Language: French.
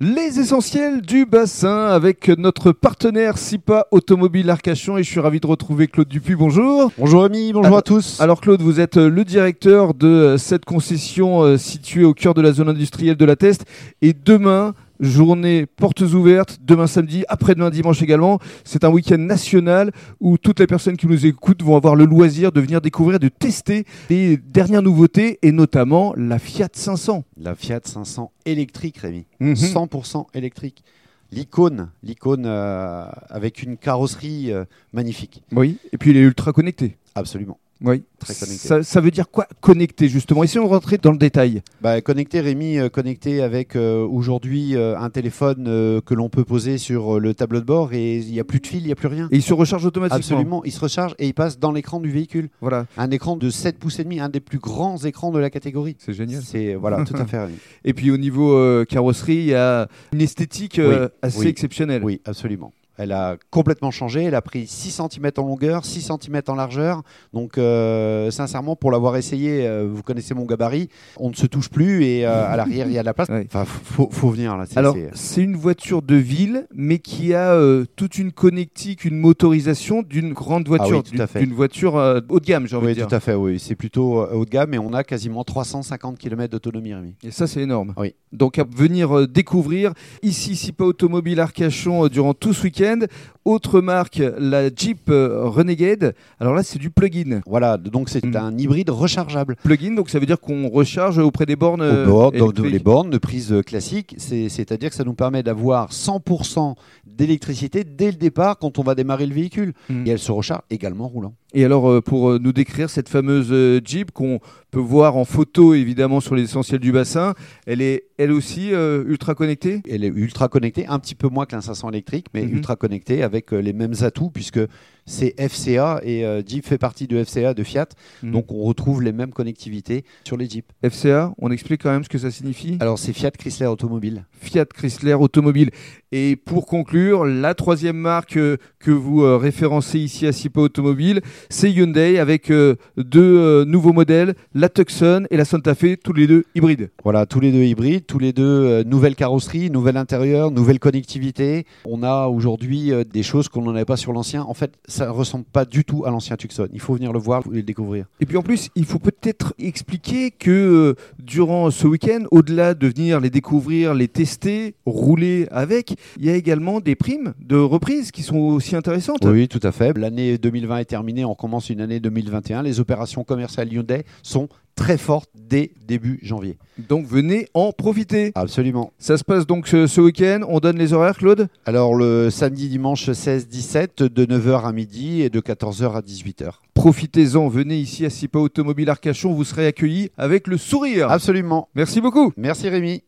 Les essentiels du bassin avec notre partenaire SIPA Automobile Arcachon et je suis ravi de retrouver Claude Dupuis. Bonjour. Bonjour Rémi, bonjour Alors- à tous. Alors Claude, vous êtes euh, le directeur de euh, cette concession euh, située au cœur de la zone industrielle de la Teste et demain, journée portes ouvertes, demain samedi, après-demain dimanche également, c'est un week-end national où toutes les personnes qui nous écoutent vont avoir le loisir de venir découvrir, de tester les dernières nouveautés et notamment la Fiat 500. La Fiat 500 électrique, Rémi. Mhm. 100% électrique. L'icône, l'icône euh, avec une carrosserie euh, magnifique. Oui, et puis il est ultra connecté. Absolument. Oui, Très connecté. Ça, ça veut dire quoi Connecté, justement. Essayons de rentrer dans le détail. Bah, connecté, Rémi, euh, connecté avec euh, aujourd'hui euh, un téléphone euh, que l'on peut poser sur euh, le tableau de bord et il n'y a plus de fil, il n'y a plus rien. Et il se recharge Ah, automatiquement. Absolument, il se recharge et il passe dans l'écran du véhicule. Voilà, Un écran de 7 pouces et demi, un des plus grands écrans de la catégorie. c'est génial. C'est voilà, tout à fait. Rémi. Et puis au niveau euh, carrosserie, il y a une esthétique euh, Oui, assez oui, exceptionnelle. Oui, absolument. Elle a complètement changé. Elle a pris 6 cm en longueur, 6 cm en largeur. Donc, euh, sincèrement, pour l'avoir essayé, euh, vous connaissez mon gabarit, on ne se touche plus et euh, à l'arrière, il y a de la place. Ouais. Enfin, faut, faut venir là. C'est- euh, Alors, c'est- c'est une voiture de ville, mais qui a euh, toute une connectique, une motorisation d'une grande voiture, Ah oui, tout d'une- à fait. d'une voiture euh, haut de gamme, j'ai envie Oui, de dire. tout à fait, oui. C'est plutôt euh, haut de gamme et on a quasiment 350 km d'autonomie, Rémi. Et ça, c'est énorme. Oui. Donc, à venir euh, découvrir ici, SIPA Automobile Arcachon euh, durant tout ce week-end. Autre marque, la Jeep euh, Renegade. Alors là, c'est du plug-in. Voilà, donc c'est Mhm. un hybride rechargeable. Plug-in, donc ça veut dire qu'on recharge auprès des bornes. Au euh, bord, dans électriques. les bornes de prise euh, classique, c'est- c'est-à-dire que ça nous permet d'avoir 100% d'électricité dès le départ quand on va démarrer le véhicule. Mhm. Et elle se recharge également en roulant. Et alors, euh, pour euh, nous décrire cette fameuse euh, Jeep qu'on peut voir en photo, évidemment, sur les essentiels du bassin, elle est elle aussi euh, ultra connectée Elle est ultra connectée, un petit peu moins que l'un 500 électrique, mais Mhm. ultra connectée avec euh, les mêmes atouts puisque c'est FCA et euh, Jeep fait partie de FCA de Fiat, Mhm. donc on retrouve les mêmes connectivités sur les Jeeps. FCA, on explique quand même ce que ça signifie Alors c'est Fiat Chrysler Automobile. Fiat Chrysler Automobile. Et pour conclure, la troisième marque euh, que vous euh, référencez ici à SIPA Automobile, c'est Hyundai avec euh, deux euh, nouveaux modèles, la Tucson et la Santa Fe, tous les deux hybrides. Voilà, tous les deux hybrides, tous les deux euh, nouvelle carrosserie, nouvel intérieur, nouvelle connectivité. On a aujourd'hui euh, des choses qu'on n'en avait pas sur l'ancien. En fait, ça ressemble pas du tout à l'ancien Tucson. Il faut venir le voir, vous le découvrir. Et puis en plus, il faut peut-être expliquer que euh, durant ce week-end, au-delà de venir les découvrir, les tester, rouler avec, il y a également des primes de reprise qui sont aussi intéressantes. Oui, tout à fait. L'année 2020 est terminée, on commence une année 2021. Les opérations commerciales Hyundai sont très fortes dès début janvier. Donc venez en profiter. Absolument. Ça se passe donc ce, ce week-end. On donne les horaires, Claude Alors le samedi, dimanche 16-17, de 9h à midi et de 14h à 18h. Profitez-en, venez ici Ah. à SIPA Automobile Arcachon, vous serez accueillis avec le sourire. Absolument. Merci beaucoup. Merci Rémi.